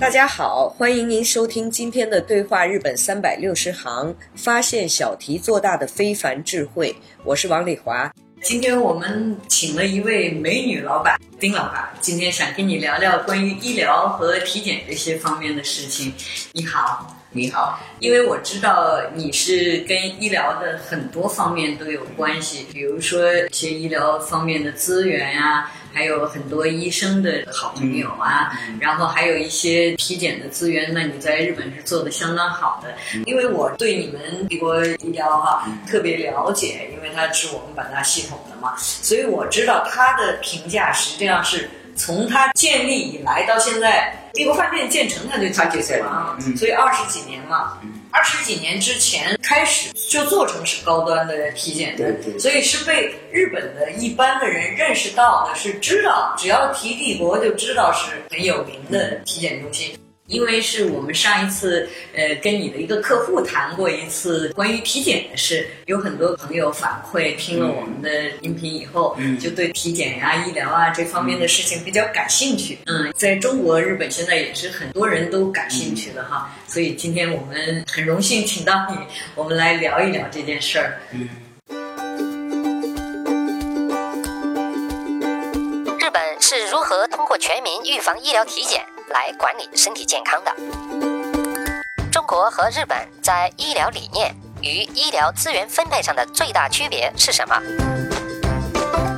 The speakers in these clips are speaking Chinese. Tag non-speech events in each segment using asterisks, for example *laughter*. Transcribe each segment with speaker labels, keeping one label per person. Speaker 1: 大家好，欢迎您收听今天的《对话日本三百六十行》，发现小题做大的非凡智慧。我是王丽华。
Speaker 2: 今天我们请了一位美女老板丁老板，今天想跟你聊聊关于医疗和体检这些方面的事情。你好，
Speaker 3: 你好，
Speaker 2: 因为我知道你是跟医疗的很多方面都有关系，比如说一些医疗方面的资源呀、还有很多医生的好朋友啊，
Speaker 3: 嗯
Speaker 2: 然后还有一些体检的资源，那你在日本是做的相当好的。
Speaker 3: 嗯
Speaker 2: 因为我对你们美国医疗哈、特别了解，因为它是我们百大系统的嘛，所以我知道它的评价实际上是从它建立以来到现在，帝国饭店建成它就
Speaker 3: 它
Speaker 2: 建
Speaker 3: 建
Speaker 2: 成
Speaker 3: 成
Speaker 2: 了啊，
Speaker 3: 嗯
Speaker 2: 所以二十几年嘛。二十几年之前开始就做成是高端的体检的，
Speaker 3: 对对
Speaker 2: 所以是被日本的一般的人认识到的，是知道，只要提帝国就知道是很有名的体检中心。因为是我们上一次呃跟你的一个客户谈过一次关于体检的事，有很多朋友反馈听了我们的音频以后，
Speaker 3: 嗯
Speaker 2: 就对体检呀、医疗啊这方面的事情比较感兴趣。嗯，在中国、日本现在也是很多人都感兴趣的哈，所以今天我们很荣幸请到你，我们来聊一聊这件事儿。
Speaker 4: 日本是如何通过全民预防医疗体检来管理身体健康的？中国和日本在医疗理念与医疗资源分配上的最大区别是什么？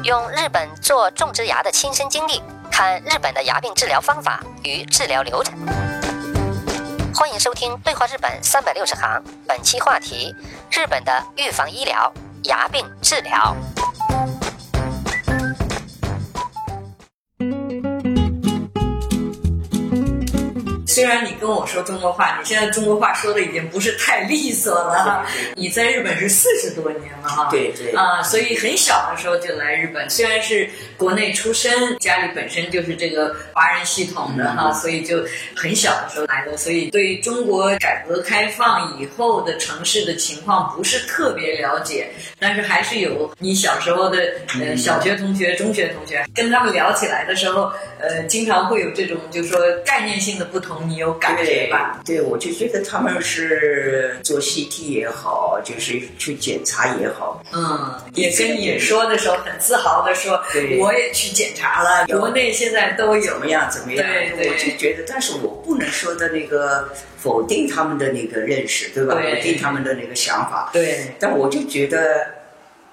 Speaker 4: 用日本做种植牙的亲身经历，看日本的牙病治疗方法与治疗流程。欢迎收听《对话日本三百六十行》，本期话题：日本的预防医疗、牙病治疗。
Speaker 2: 虽然你跟我说中国话，你现在中国话说的已经不是太利索了哈。你在日本是四十多年了哈。
Speaker 3: 对对
Speaker 2: 啊，所以很小的时候就来日本，虽然是国内出身，家里本身就是这个华人系统的
Speaker 3: 嗯
Speaker 2: 哈，所以就很小的时候来的，所以对中国改革开放以后的城市的情况不是特别了解，但是还是有你小时候的呃
Speaker 3: 嗯
Speaker 2: 小学同学、中学同学跟他们聊起来的时候，呃，经常会有这种就说概念性的不同，你有感觉
Speaker 3: 对
Speaker 2: 吧？
Speaker 3: 对，我就觉得他们是做 CT 也好，就是去检查也好，
Speaker 2: 嗯，也跟你说的时候很自豪的说，
Speaker 3: 对
Speaker 2: 我也去检查了，
Speaker 3: 有
Speaker 2: 国内现在都有
Speaker 3: 怎么样怎么样，
Speaker 2: 对对
Speaker 3: 我就觉得，但是我不能说的那个否定他们的那个认识，对吧？
Speaker 2: 对
Speaker 3: 否定他们的那个想法，
Speaker 2: 对，
Speaker 3: 但我就觉得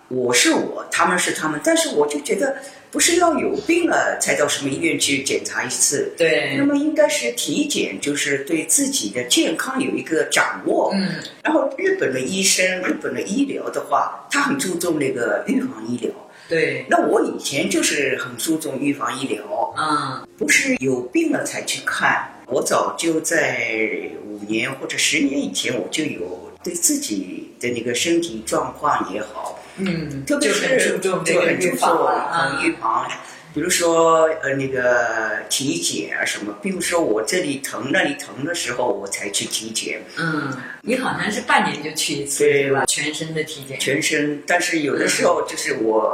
Speaker 3: 我是我，他们是他们，但是我就觉得不是要有病了才到什么医院去检查一次，
Speaker 2: 对
Speaker 3: 那么应该是体检，就是对自己的健康有一个掌握，
Speaker 2: 嗯，
Speaker 3: 然后日本的医生，日本的医疗的话，他很注重那个预防医疗。
Speaker 2: 对，
Speaker 3: 那我以前就是很注重预防医疗，
Speaker 2: 嗯
Speaker 3: 不是有病了才去看。我早就在五年或者十年以前，我就有对自己的那个身体状况也好，
Speaker 2: 嗯，
Speaker 3: 特别
Speaker 2: 就是很注重这个
Speaker 3: 很注
Speaker 2: 预
Speaker 3: 重
Speaker 2: 防啊
Speaker 3: 嗯，预防。比如说，呃，那个体检啊什么，并不是说我这里疼那里疼的时候我才去体检，
Speaker 2: 嗯，你好像是半年就去一次
Speaker 3: 对
Speaker 2: 是吧？全身的体检，
Speaker 3: 全身，但是有的时候就是我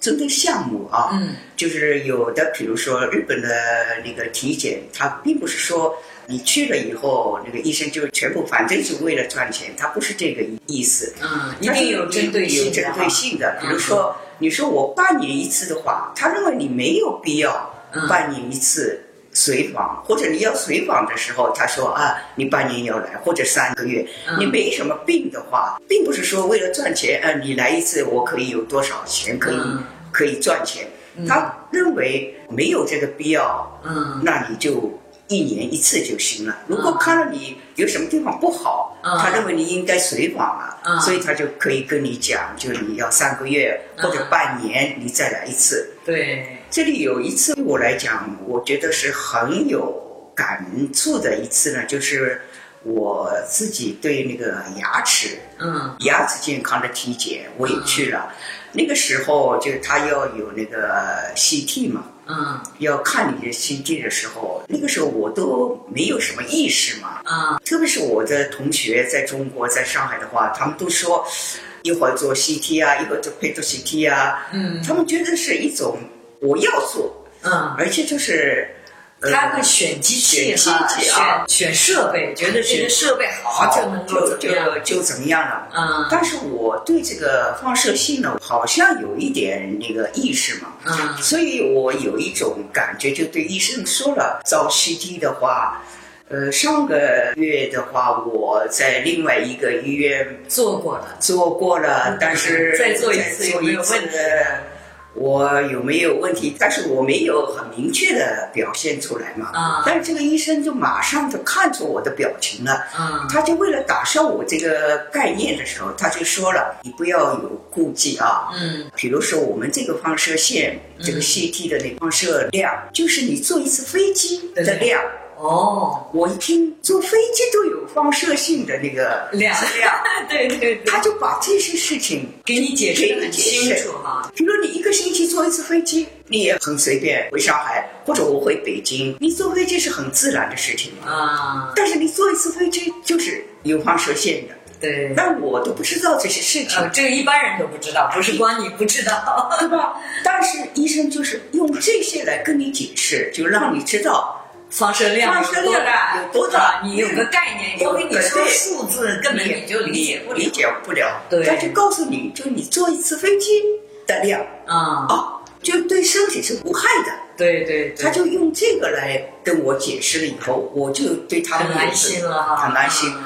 Speaker 3: 针对项目啊，
Speaker 2: 嗯，
Speaker 3: 就是有的，比如说日本的那个体检，它并不是说你去了以后，那个医生就全部，反正是为了赚钱，它不是这个意思，
Speaker 2: 嗯，一
Speaker 3: 它是
Speaker 2: 定有针对性的
Speaker 3: 有针
Speaker 2: 哈嗯
Speaker 3: 对性的。比如说，你说我半年一次的话，他认为你没有必要
Speaker 2: 嗯
Speaker 3: 半年一次。随访，或者你要随访的时候，他说啊，你半年要来，或者三个月，
Speaker 2: 嗯
Speaker 3: 你没什么病的话，并不是说为了赚钱，啊，你来一次我可以有多少钱，可以、
Speaker 2: 嗯
Speaker 3: 可以赚钱。他认为没有这个必要，
Speaker 2: 嗯
Speaker 3: 那你就一年一次就行了。如果
Speaker 2: 嗯
Speaker 3: 看到你有什么地方不好，
Speaker 2: 嗯
Speaker 3: 他认为你应该随访了，
Speaker 2: 嗯
Speaker 3: 所以他就可以跟你讲，就你要三个月或者
Speaker 2: 嗯
Speaker 3: 半年，你再来一次。
Speaker 2: 对，
Speaker 3: 这里有一次对我来讲，我觉得是很有感触的一次呢，就是我自己对那个牙齿、
Speaker 2: 嗯
Speaker 3: 牙齿健康的体检，我也去了。那个时候就他要有那个 CT 嘛，
Speaker 2: 嗯
Speaker 3: 要看你的 CT 的时候，那个时候我都没有什么意识嘛。
Speaker 2: 啊
Speaker 3: 特别是我的同学在中国，在上海的话，他们都说一会儿做 CT 啊，一会儿做 PET CT 啊，
Speaker 2: 嗯
Speaker 3: 他们觉得是一种我要做。
Speaker 2: 嗯，
Speaker 3: 而且就是，呃
Speaker 2: 他会选机器哈，
Speaker 3: 选机器啊
Speaker 2: 选选设备，觉得这个设备好
Speaker 3: 好
Speaker 2: 就
Speaker 3: 就
Speaker 2: 能够怎么样？
Speaker 3: 就就就怎么样了。
Speaker 2: 嗯
Speaker 3: 但是我对这个放射性呢，好像有一点那个意识嘛，
Speaker 2: 嗯
Speaker 3: 所以我有一种感觉，就对医生说了，照 CT 的话，呃，上个月的话，我在另外一个医院
Speaker 2: 做过的，
Speaker 3: 做过了，但是
Speaker 2: 嗯再做一次
Speaker 3: 再
Speaker 2: 有没有问题
Speaker 3: 我有没有问题？但是我没有很明确的表现出来嘛。
Speaker 2: 啊
Speaker 3: 但是这个医生就马上就看出我的表情了，
Speaker 2: 嗯
Speaker 3: 他就为了打消我这个概念的时候，他就说了：“你不要有顾忌啊。”
Speaker 2: 嗯
Speaker 3: 比如说，我们这个放射线，这个 CT 的那个放射量，就是你坐一次飞机的量。 *laughs*
Speaker 2: 哦，
Speaker 3: 我一听，坐飞机都有放射性的那个
Speaker 2: 量 *laughs*
Speaker 3: 量，
Speaker 2: 对对对，
Speaker 3: 他就把这些事情
Speaker 2: 给你解释的很清
Speaker 3: 给你解释
Speaker 2: 楚哈，
Speaker 3: 比如你一个星期坐一次飞机，你也很随便回上海，或者我回北京，你坐飞机是很自然的事情嘛。
Speaker 2: 啊
Speaker 3: 但是你坐一次飞机就是有放射线的， *laughs*
Speaker 2: 对。
Speaker 3: 但我都不知道这些事
Speaker 2: *laughs*
Speaker 3: 情，
Speaker 2: 呃，这个一般人都不知道，不是光你不知道。 *laughs*
Speaker 3: 对吧？但是医生就是用这些来跟你解释，就让你知道。
Speaker 2: 放射量
Speaker 3: 放射量
Speaker 2: 大
Speaker 3: 有多大
Speaker 2: 啊你有个概念，
Speaker 3: 有
Speaker 2: 我跟你说
Speaker 3: 对
Speaker 2: 数字，根本你就理解不了
Speaker 3: 理解不了，
Speaker 2: 对
Speaker 3: 他就告诉你，就你坐一次飞机的量
Speaker 2: 啊。
Speaker 3: 啊，就对身体是无害的。
Speaker 2: 对对对，
Speaker 3: 他就用这个来跟我解释了以后，我就对他们
Speaker 2: 很安心了哈，
Speaker 3: 很安心。
Speaker 2: 嗯。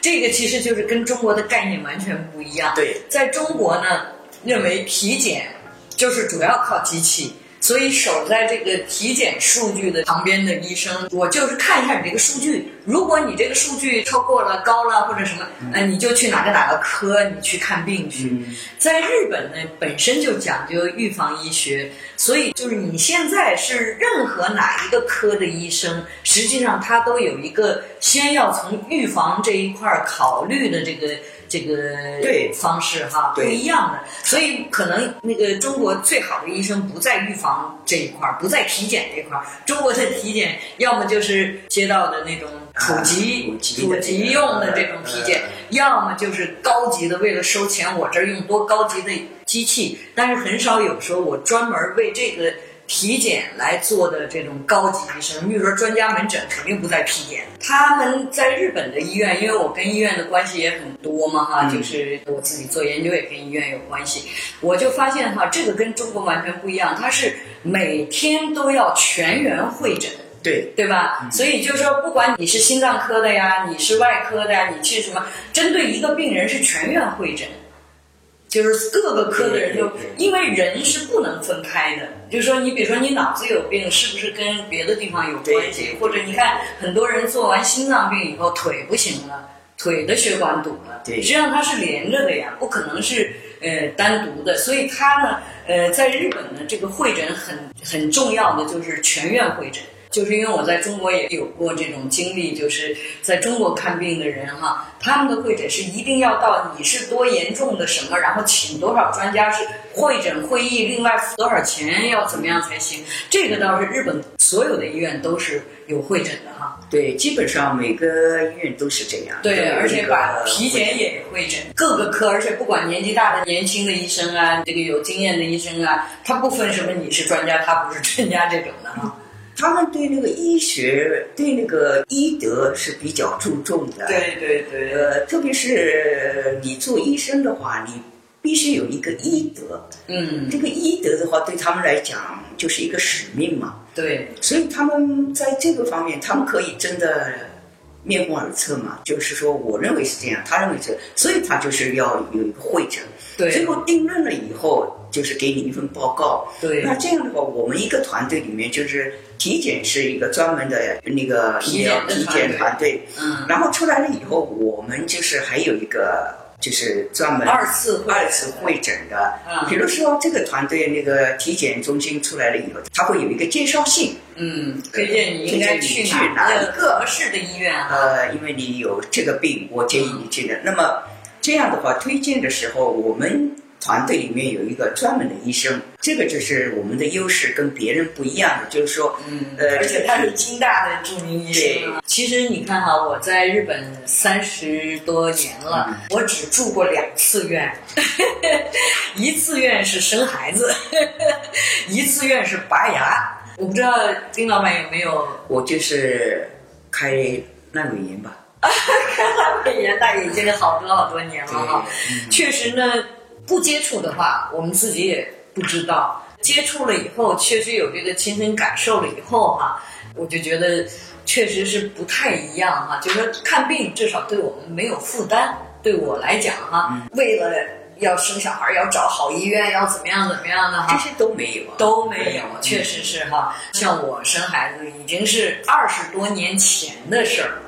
Speaker 2: 这个其实就是跟中国的概念完全不一样。
Speaker 3: 对，
Speaker 2: 在中国呢，认为体检就是主要靠机器。所以守在这个体检数据的旁边的医生，我就是看一下你这个数据。如果你这个数据超过了、高了或者什么，呃，你就去哪个哪个科，你去看病去。在日本呢，本身就讲究预防医学，所以就是你现在是任何哪一个科的医生，实际上他都有一个先要从预防这一块儿考虑的这个这个
Speaker 3: 对
Speaker 2: 方式哈，不
Speaker 3: 对
Speaker 2: 一样的。所以可能那个中国最好的医生不在预防这一块儿，不在体检这一块儿。中国的体检要么就是街道的那种普及、
Speaker 3: 啊普及的
Speaker 2: 普及用的这种体检，
Speaker 3: 呃
Speaker 2: 要么就是高级的，为了收钱，我这儿用多高级的机器，但是很少有说我专门为这个体检来做的这种高级医生。你比如说专家门诊肯定不在体检，他们在日本的医院，因为我跟医院的关系也很多嘛
Speaker 3: 嗯
Speaker 2: 哈，就是我自己做研究也跟医院有关系，我就发现哈，这个跟中国完全不一样，它是每天都要全员会诊。
Speaker 3: 对
Speaker 2: 对
Speaker 3: 嗯
Speaker 2: 吧？所以就是说，不管你是心脏科的呀，你是外科的呀，你去什么，针对一个病人是全院会诊，就是各个科的人就
Speaker 3: 对对，
Speaker 2: 因为人是不能分开的。就是说，你比如说你脑子有病，是不是跟别的地方有关
Speaker 3: 对
Speaker 2: 系
Speaker 3: 对？
Speaker 2: 或者你看很多人做完心脏病以后，腿不行了。腿的血管堵了，
Speaker 3: 对
Speaker 2: 实际上它是连着的呀，不可能是呃单独的，所以它呢，呃，在日本呢，这个会诊很很重要的就是全院会诊，就是因为我在中国也有过这种经历，就是在中国看病的人哈，他们的会诊是一定要到你是多严重的什么，然后请多少专家是会诊会议，另外付多少钱，要怎么样才行，这个倒是日本所有的医院都是有会诊的哈。
Speaker 3: 对，基本上每个医院都是这样。
Speaker 2: 对，而且把体
Speaker 3: 皮
Speaker 2: 检也会诊，各个科，而且不管年纪大的、年轻的医生啊，这个有经验的医生啊，他不分什么你是专家，他不是专家这种的哈。
Speaker 3: 他们对那个医学、对那个医德是比较注重的。，
Speaker 2: 对对，
Speaker 3: 呃，特别是你做医生的话，你必须有一个医德。
Speaker 2: 嗯
Speaker 3: 这个医德的话，对他们来讲就是一个使命嘛。
Speaker 2: 对，
Speaker 3: 所以他们在这个方面，他们可以真的面红耳赤嘛？就是说，我认为是这样，他认为是，所以他就是要有一个会诊。
Speaker 2: 对
Speaker 3: 最后定论了以后，就是给你一份报告。
Speaker 2: 对
Speaker 3: 那这样的话，我们一个团队里面就是体检是一个专门的那个
Speaker 2: 体
Speaker 3: 医
Speaker 2: 检
Speaker 3: 疗
Speaker 2: 的
Speaker 3: 体
Speaker 2: 团队
Speaker 3: 检团队，
Speaker 2: 嗯，
Speaker 3: 然后出来了以后，我们就是还有一个就是专门
Speaker 2: 二次会
Speaker 3: 二次会诊的
Speaker 2: 嗯，
Speaker 3: 比如说这个团队那个体检中心出来了以后，他会有一个介绍信，
Speaker 2: 嗯，推荐你应该去
Speaker 3: 推荐你去哪
Speaker 2: 哪
Speaker 3: 一
Speaker 2: 个合适的医院啊？
Speaker 3: 呃，因为你有这个病，我建议你去的。那么这样的话，推荐的时候，我们团队里面有一个专门的医生，这个就是我们的优势，跟别人不一样的，就是说，
Speaker 2: 嗯，
Speaker 3: 呃，
Speaker 2: 而且他是京大的著名医生啊。其实你看哈，我在日本三十多年了，我只住过两次院， *laughs* 一次院是生孩子， *laughs* 一次院是拔牙。我不知道丁老板有没 *laughs* 有
Speaker 3: 我就是开阑尾炎吧，
Speaker 2: 肺炎，大概已经好多好多年了哈。
Speaker 3: 嗯
Speaker 2: 确实呢，不接触的话，我们自己也不知道；接触了以后，确实有这个亲身感受了以后哈、我就觉得确实是不太一样哈、就说看病至少对我们没有负担，对我来讲哈、为了要生小孩要找好医院，要怎么样怎么样的哈、
Speaker 3: 这些都没有啊。
Speaker 2: 都没有，确实是哈。像我生孩子已经是二十多年前的事儿了，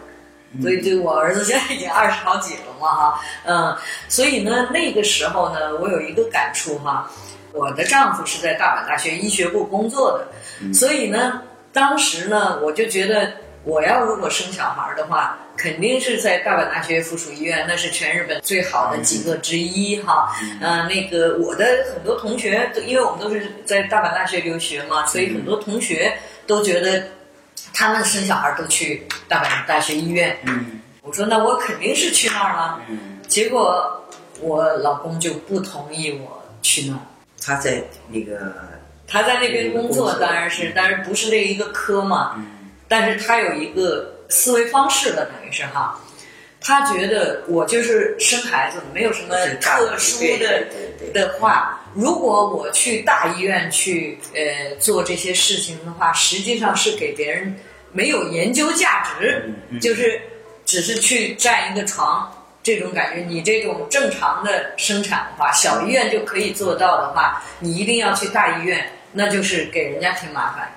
Speaker 2: 所以对我儿子现在已经二十好几了嘛哈，嗯，所以呢，那个时候呢，我有一个感触哈，我的丈夫是在大阪大学医学部工作的，所以呢，当时呢，我就觉得我要如果生小孩的话，肯定是在大阪大学附属医院，那是全日本最好的几个之一哈。呃，那个我的很多同学，因为我们都是在大阪大学留学嘛，所以很多同学都觉得他们生小孩都去大阪大学医院。
Speaker 3: 嗯
Speaker 2: 我说那我肯定是去那儿了。
Speaker 3: 嗯，
Speaker 2: 结果我老公就不同意我去那儿。
Speaker 3: 他在那个
Speaker 2: 他在那边工
Speaker 3: 工
Speaker 2: 作，
Speaker 3: 作
Speaker 2: 当然是，但是不是那一个科嘛，
Speaker 3: 嗯
Speaker 2: 但是他有一个思维方式了，等于是哈，他觉得我就是生孩子没有什么
Speaker 3: 是大
Speaker 2: 呃特殊
Speaker 3: 对
Speaker 2: 的
Speaker 3: 对对对
Speaker 2: 的话，如果我去大医院去呃做这些事情的话，实际上是给别人没有研究价值，
Speaker 3: 嗯
Speaker 2: 就是只是去占一个床。这种感觉，你这种正常的生产的话，小医院就可以做到的话，你一定要去大医院，那就是给人家挺麻烦。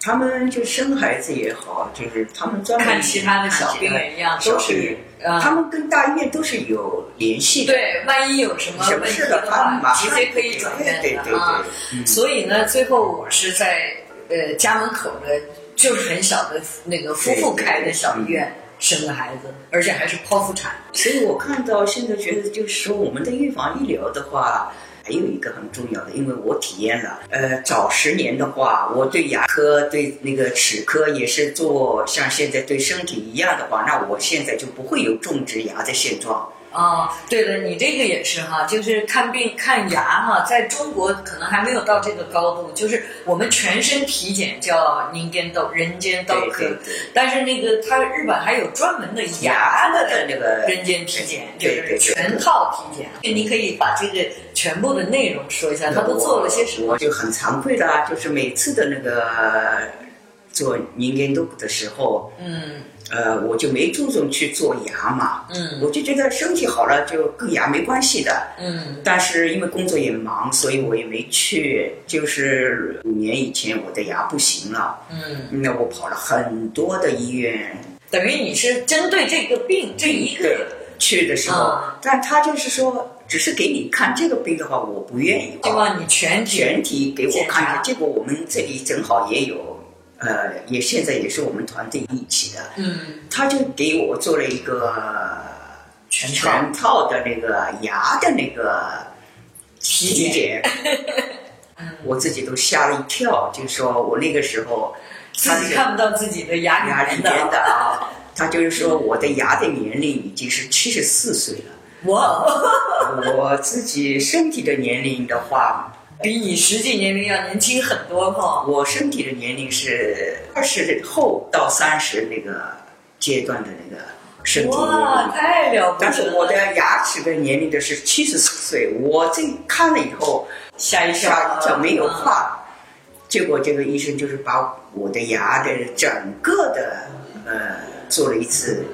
Speaker 3: 他们就生孩子也好，就是他们专门
Speaker 2: 看其他的小病人一样都是
Speaker 3: 小病人
Speaker 2: 嗯
Speaker 3: 他们跟大医院都是有联系的。
Speaker 2: 对，万一有什么
Speaker 3: 什
Speaker 2: 问
Speaker 3: 么
Speaker 2: 题
Speaker 3: 事的话，
Speaker 2: 话
Speaker 3: 马，
Speaker 2: 直
Speaker 3: 上
Speaker 2: 接可以转院
Speaker 3: 对对对
Speaker 2: 的啊。所以呢，最后我是在呃家门口的，就是很小的那个夫妇开的小医院生的孩子，而且还是剖腹产。
Speaker 3: 所以我看到现在觉得，就是说我们的预防医疗的话，还有一个很重要的，因为我体验了，呃，早十年的话，我对牙科、对那个齿科也是做像现在对身体一样的话，那我现在就不会有种植牙的现状。
Speaker 2: 哦，对了，你这个也是哈，就是看病看牙哈，在中国可能还没有到这个高度，就是我们全身体检叫人间道人间道
Speaker 3: 对
Speaker 2: 科
Speaker 3: 对，对。
Speaker 2: 但是那个他日本还有专门的牙的
Speaker 3: 那个
Speaker 2: 人间体检，就是
Speaker 3: 对
Speaker 2: 全套体检。你可以把这个全部的内容说一下，他都做了些什么？
Speaker 3: 我就很惭愧的啊，就是每次的那个做人间 d 的时候，
Speaker 2: 嗯
Speaker 3: 呃，我就没注重去做牙嘛，
Speaker 2: 嗯
Speaker 3: 我就觉得身体好了就跟牙没关系的。
Speaker 2: 嗯
Speaker 3: 但是因为工作也忙，所以我也没去。就是五年以前我的牙不行了，
Speaker 2: 嗯，
Speaker 3: 那我跑了很多的医院，
Speaker 2: 等于你是针对这个病这一个，
Speaker 3: 去的时候，
Speaker 2: 啊
Speaker 3: 但他就是说，只是给你看这个病的话，我不愿意
Speaker 2: 希
Speaker 3: 报。
Speaker 2: 望你全体
Speaker 3: 全体给我看一
Speaker 2: 检查
Speaker 3: 下。结果我们这里正好也有，呃，也现在也是我们团队一起的，
Speaker 2: 嗯
Speaker 3: 他就给我做了一个
Speaker 2: 全套
Speaker 3: 全套的那个牙的那个
Speaker 2: 体
Speaker 3: 体
Speaker 2: 检，
Speaker 3: 检，我自己都吓了一跳，就说我那个时候
Speaker 2: 自己看不到自己的牙
Speaker 3: 牙
Speaker 2: 里
Speaker 3: 里
Speaker 2: 面
Speaker 3: 面的
Speaker 2: 的，
Speaker 3: 啊，他就是说我的牙的年龄已经是七十四岁了。
Speaker 2: 哇，
Speaker 3: 我自己身体的年龄的话，
Speaker 2: 比你实际年龄要年轻很多哦哈。
Speaker 3: 我身体的年龄是二十后到三十那个阶段的那个身体
Speaker 2: 哇，
Speaker 3: 年龄，
Speaker 2: 太了不
Speaker 3: 但
Speaker 2: 起
Speaker 3: 是
Speaker 2: 了！
Speaker 3: 我的牙齿的年龄的是七十四岁，我这看了以后
Speaker 2: 吓一跳
Speaker 3: 吓
Speaker 2: 啊，
Speaker 3: 一跳，没有
Speaker 2: 嗯
Speaker 3: 话，结果这个医生就是把我的牙的整个的呃做了一次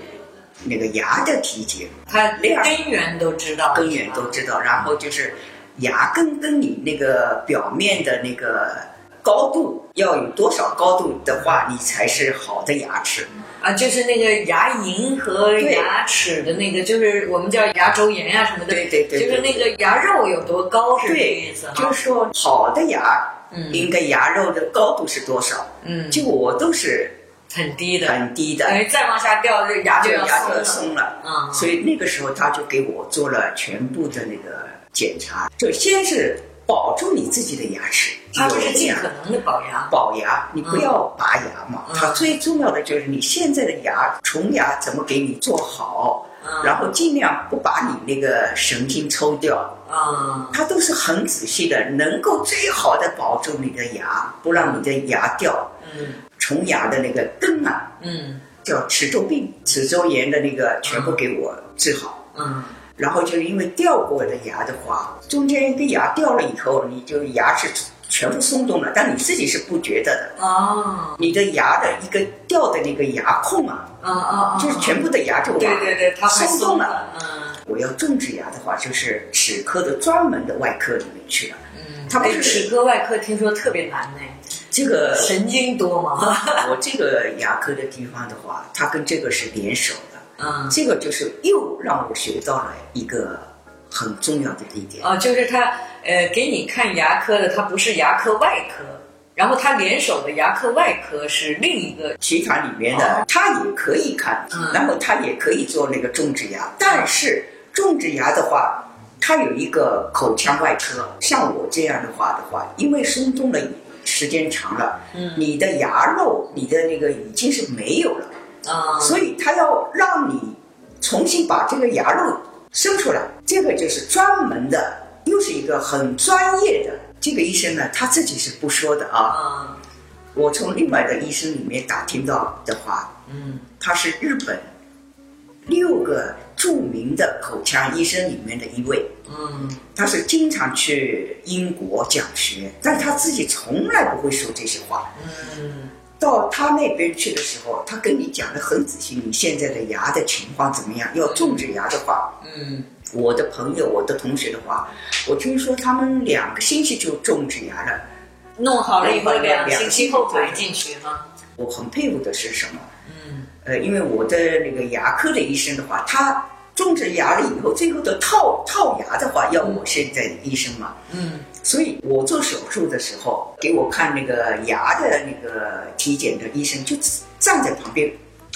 Speaker 3: 那个牙的体检，
Speaker 2: 它
Speaker 3: 量
Speaker 2: 根源都知道，
Speaker 3: 根源都知道，然后就是牙根跟你那个表面的那个高度要有多少高度的话，你才是好的牙齿。
Speaker 2: 啊，就是那个牙龈和
Speaker 3: 对
Speaker 2: 牙齿的那个，就是我们叫牙周炎啊什么的，
Speaker 3: 对对对
Speaker 2: 就是
Speaker 3: 对
Speaker 2: 那个牙肉有多高是这个意思啊，
Speaker 3: 就是说好的牙，
Speaker 2: 嗯
Speaker 3: 应该牙肉的高度是多少？
Speaker 2: 嗯，
Speaker 3: 结果我都是
Speaker 2: 很低的，
Speaker 3: 很低的，
Speaker 2: 等于再往下掉，这牙就
Speaker 3: 就
Speaker 2: 要
Speaker 3: 牙
Speaker 2: 松
Speaker 3: 就
Speaker 2: 了。
Speaker 3: 松了。
Speaker 2: 嗯
Speaker 3: 所以那个时候他就给我做了全部的那个检查，就先是保住你自己的牙齿，
Speaker 2: 它就是
Speaker 3: 有
Speaker 2: 尽
Speaker 3: 牙
Speaker 2: 可能的保牙。
Speaker 3: 保牙，你不要拔牙嘛。
Speaker 2: 嗯
Speaker 3: 它最重要的就是你现在的牙虫牙怎么给你做好，
Speaker 2: 嗯
Speaker 3: 然后尽量不把你那个神经抽掉，
Speaker 2: 嗯
Speaker 3: 它都是很仔细的，能够最好的保住你的牙，不让你的牙掉。
Speaker 2: 嗯
Speaker 3: 虫牙的那个根啊，
Speaker 2: 嗯
Speaker 3: 叫齿周病、齿周炎的那个全部给我治好。
Speaker 2: 嗯
Speaker 3: 然后就因为掉过的牙的话，中间一个牙掉了以后，你就牙齿全部松动了，但你自己是不觉得的。
Speaker 2: 哦
Speaker 3: 你的牙的一个掉的那个牙空啊，
Speaker 2: 啊啊啊！
Speaker 3: 就是全部的牙就
Speaker 2: 对对对，它会
Speaker 3: 松动了。
Speaker 2: 了。嗯
Speaker 3: 我要种植牙的话，就是齿科的专门的外科里面去了。
Speaker 2: 嗯，
Speaker 3: 它不
Speaker 2: 哎
Speaker 3: 是
Speaker 2: 齿科外科听说特别难呢，
Speaker 3: 这个
Speaker 2: 神经多嘛。
Speaker 3: 我这个牙科的地方的话，它跟这个是联手的。
Speaker 2: 嗯
Speaker 3: 这个就是又让我学到了一个很重要的一点。
Speaker 2: 哦，就是他呃给你看牙科的，他不是牙科外科，然后他联手的牙科外科是另一个
Speaker 3: 集团里面的，它也可以看
Speaker 2: 嗯，
Speaker 3: 然后它也可以做那个种植牙，但是种植牙的话，它有一个口腔外科，像我这样的话的话，因为松动了时间长了，你的牙肉，你的那个已经是没有了，
Speaker 2: 啊，
Speaker 3: 所以它要让你重新把这个牙肉生出来，这个就是专门的，又是一个很专业的。这个医生呢，他自己是不说的啊，
Speaker 2: 啊
Speaker 3: 我从另外的医生里面打听到的话，
Speaker 2: 嗯
Speaker 3: 他是日本六个著名的口腔医生里面的一位，
Speaker 2: 嗯
Speaker 3: 他是经常去英国讲学，但他自己从来不会说这些话。
Speaker 2: 嗯
Speaker 3: 到他那边去的时候，他跟你讲的很仔细，你现在的牙的情况怎么样？要种植牙的话，
Speaker 2: 嗯
Speaker 3: 我的朋友、我的同学的话，我听说他们两个星期就种植牙了。
Speaker 2: 弄好了以后，
Speaker 3: 弄好了
Speaker 2: 两
Speaker 3: 两
Speaker 2: 星期
Speaker 3: 星
Speaker 2: 后
Speaker 3: 期
Speaker 2: 埋进去哈。
Speaker 3: 我很佩服的是什么？
Speaker 2: 嗯
Speaker 3: 呃，因为我的那个牙科的医生的话，他种植牙了以后，最后的套套牙的话，要我现在的医生嘛，
Speaker 2: 嗯
Speaker 3: 所以我做手术的时候，给我看那个牙的那个体检的医生就站在旁边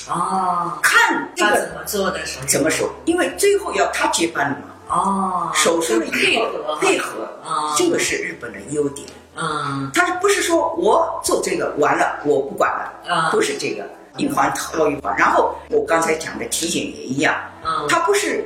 Speaker 2: 哦，
Speaker 3: 看这
Speaker 2: 他
Speaker 3: 个
Speaker 2: 怎么做的手术？
Speaker 3: 怎么手，因为最后要他接班了嘛，
Speaker 2: 哦，
Speaker 3: 手术
Speaker 2: 就
Speaker 3: 了以后
Speaker 2: 配合
Speaker 3: 配合
Speaker 2: 啊，
Speaker 3: 这个是日本的优点，
Speaker 2: 嗯
Speaker 3: 他不是说我做这个完了我不管了，
Speaker 2: 啊
Speaker 3: 不是这个一环套一环，然后我刚才讲的体检也一样。
Speaker 2: 嗯，
Speaker 3: 它不是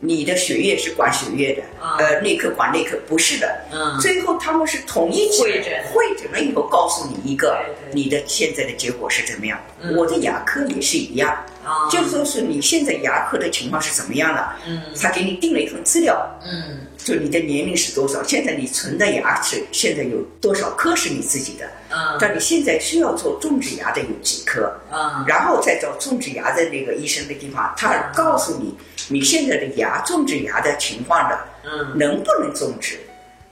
Speaker 3: 你的血液是管血液的，
Speaker 2: 啊
Speaker 3: 呃，内科管内科，不是的。
Speaker 2: 嗯
Speaker 3: 最后他们是统一起来
Speaker 2: 会诊
Speaker 3: 会诊了以后告诉你一个
Speaker 2: 对对
Speaker 3: 你的现在的结果是怎么样。
Speaker 2: 嗯
Speaker 3: 我的牙科也是一样，
Speaker 2: 啊
Speaker 3: 就说是你现在牙科的情况是怎么样了，
Speaker 2: 嗯
Speaker 3: 他给你定了一份资料，
Speaker 2: 嗯
Speaker 3: 就你的年龄是多少，现在你存的牙齿现在有多少颗是你自己的，
Speaker 2: 嗯
Speaker 3: 但你现在需要做种植牙的有几颗，
Speaker 2: 嗯
Speaker 3: 然后再找种植牙的那个医生的地方，他告诉你你现在的牙种植牙的情况的，
Speaker 2: 嗯
Speaker 3: 能不能种植，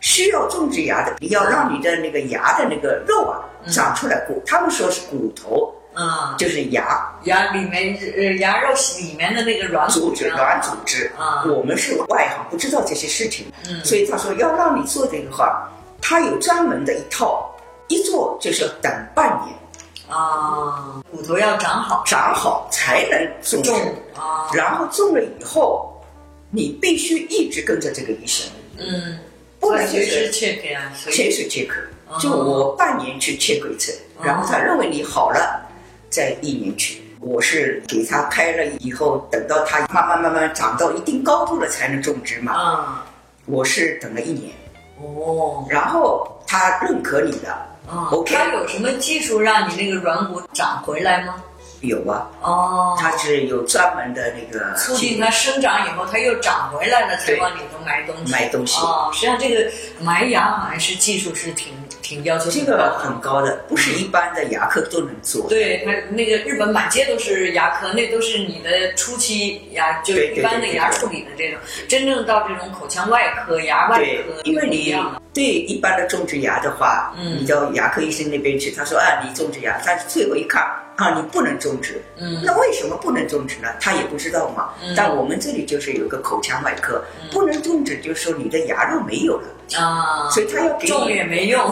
Speaker 3: 需要种植牙的，要让你的那个牙的那个肉啊长出来骨，他们说是骨头，
Speaker 2: 嗯，
Speaker 3: 就是牙
Speaker 2: 牙里面呃牙肉里面的那个软
Speaker 3: 组
Speaker 2: 骨
Speaker 3: 织、
Speaker 2: 啊
Speaker 3: 软组织
Speaker 2: 啊，
Speaker 3: 我们是外行，不知道这些事情，
Speaker 2: 嗯
Speaker 3: 所以他说要让你做这个话，他有专门的一套，一做就是要等半年
Speaker 2: 啊，骨头要长好
Speaker 3: 长好才能种植。
Speaker 2: 重啊，
Speaker 3: 然后中了以后，你必须一直跟着这个医生，
Speaker 2: 嗯，
Speaker 3: 不能就
Speaker 2: 随时
Speaker 3: 是
Speaker 2: check 啊，随
Speaker 3: 随
Speaker 2: 时
Speaker 3: 时 check。
Speaker 2: 哦
Speaker 3: 就我半年去 check 一次，然后他认为你好了，再一年去。我是给他开了以后，等到他慢慢慢慢长到一定高度了才能种植嘛。
Speaker 2: 啊，
Speaker 3: 我是等了一年，
Speaker 2: 哦。
Speaker 3: 然后他认可你了
Speaker 2: 啊，
Speaker 3: ，OK，
Speaker 2: 它有什么技术让你那个软骨长回来吗？
Speaker 3: 有啊，
Speaker 2: 哦，
Speaker 3: 它是有专门的那个
Speaker 2: 促进它生长以后，它又长回来了，才
Speaker 3: 对
Speaker 2: 往里头埋东西。
Speaker 3: 买东西，
Speaker 2: 哦，实际上这个埋牙好像是技术是挺挺要求
Speaker 3: 这
Speaker 2: 挺高的
Speaker 3: 个很高的，不是一般的牙科都能做。
Speaker 2: 对，那那个日本满街都是牙科，那都是你的初期牙，就是
Speaker 3: 对
Speaker 2: 一般的
Speaker 3: 对对
Speaker 2: 牙
Speaker 3: 对
Speaker 2: 处理的这种。真正到这种口腔外科、牙外
Speaker 3: 对
Speaker 2: 科，，
Speaker 3: 因为
Speaker 2: 不一
Speaker 3: 你
Speaker 2: 样了
Speaker 3: 对一般的种植牙的话，
Speaker 2: 嗯
Speaker 3: 你到牙科医生那边去，他说啊，你种植牙，但是最后一看啊，你不能种植，
Speaker 2: 嗯
Speaker 3: 那为什么不能种植呢？他也不知道嘛。
Speaker 2: 嗯
Speaker 3: 但我们这里就是有一个口腔外科，不能种植，就是说你的牙肉没有了，
Speaker 2: 啊，
Speaker 3: 所以他
Speaker 2: *laughs*
Speaker 3: 要给
Speaker 2: 种了
Speaker 3: 你哎
Speaker 2: 也没用，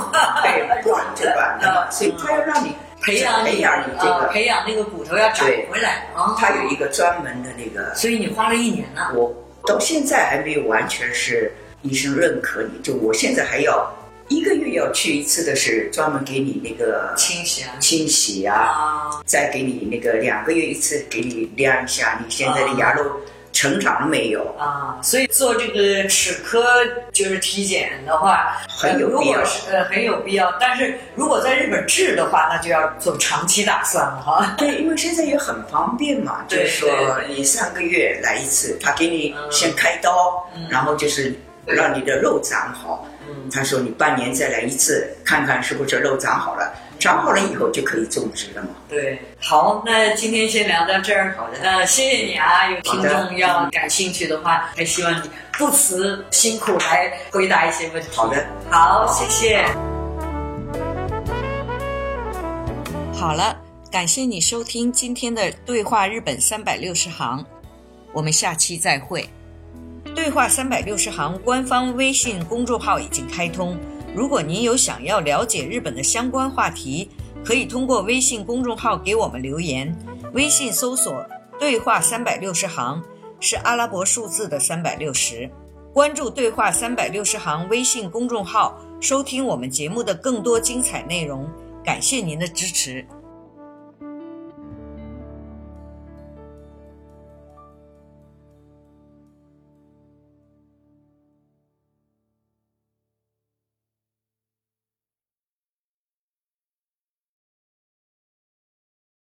Speaker 3: 对不完整版的嘛，
Speaker 2: *laughs* 嗯
Speaker 3: 所以他要让你
Speaker 2: 培养
Speaker 3: 培养你这
Speaker 2: 啊
Speaker 3: 个，
Speaker 2: 培养那个骨头要长
Speaker 3: 对
Speaker 2: 回来啊。
Speaker 3: 他有一个专门的那个，
Speaker 2: 所以你花了一年呢。
Speaker 3: 我到现在还没有完全是医生认可你，就我现在还要一个月要去一次的是专门给你那个
Speaker 2: 清洗啊，
Speaker 3: 清洗啊，
Speaker 2: 啊，
Speaker 3: 再给你那个两个月一次给你量一下你现在的牙肉成长了没有，
Speaker 2: 啊，所以做这个齿科就是体检的话，
Speaker 3: 很有
Speaker 2: 呃如
Speaker 3: 必要
Speaker 2: 果是呃很有必要，但是如果在日本治的话，那就要做长期打算了哈。
Speaker 3: 对，因为现在也很方便嘛，就
Speaker 2: 对
Speaker 3: 是说
Speaker 2: 对对
Speaker 3: 你三个月来一次，他给你
Speaker 2: 嗯
Speaker 3: 先开刀，
Speaker 2: 嗯
Speaker 3: 然后就是让你的肉长好。
Speaker 2: 嗯
Speaker 3: 他说你半年再来一次，看看是不是肉长好了，长好了以后就可以种植了嘛。
Speaker 2: *laughs* 对，好，那今天先聊到这儿。
Speaker 3: 好的
Speaker 2: 那谢谢你啊！有听
Speaker 3: 好
Speaker 2: 众
Speaker 3: 的嗯
Speaker 2: 要感兴趣的话，还希望你不辞辛苦来回答一些问题。
Speaker 3: 好的。
Speaker 2: 好，谢谢。好了，感谢你收听今天的《对话日本三百六十行》，我们下期再会。《对话三百六十行》官方微信公众号已经开通，如果您有想要了解日本的相关话题，可以通过微信公众号给我们留言。微信搜索“对话三百六十行”是阿拉伯数字的三百六十。关注“对话三百六十行”微信公众号，收听我们节目的更多精彩内容。感谢您的支持。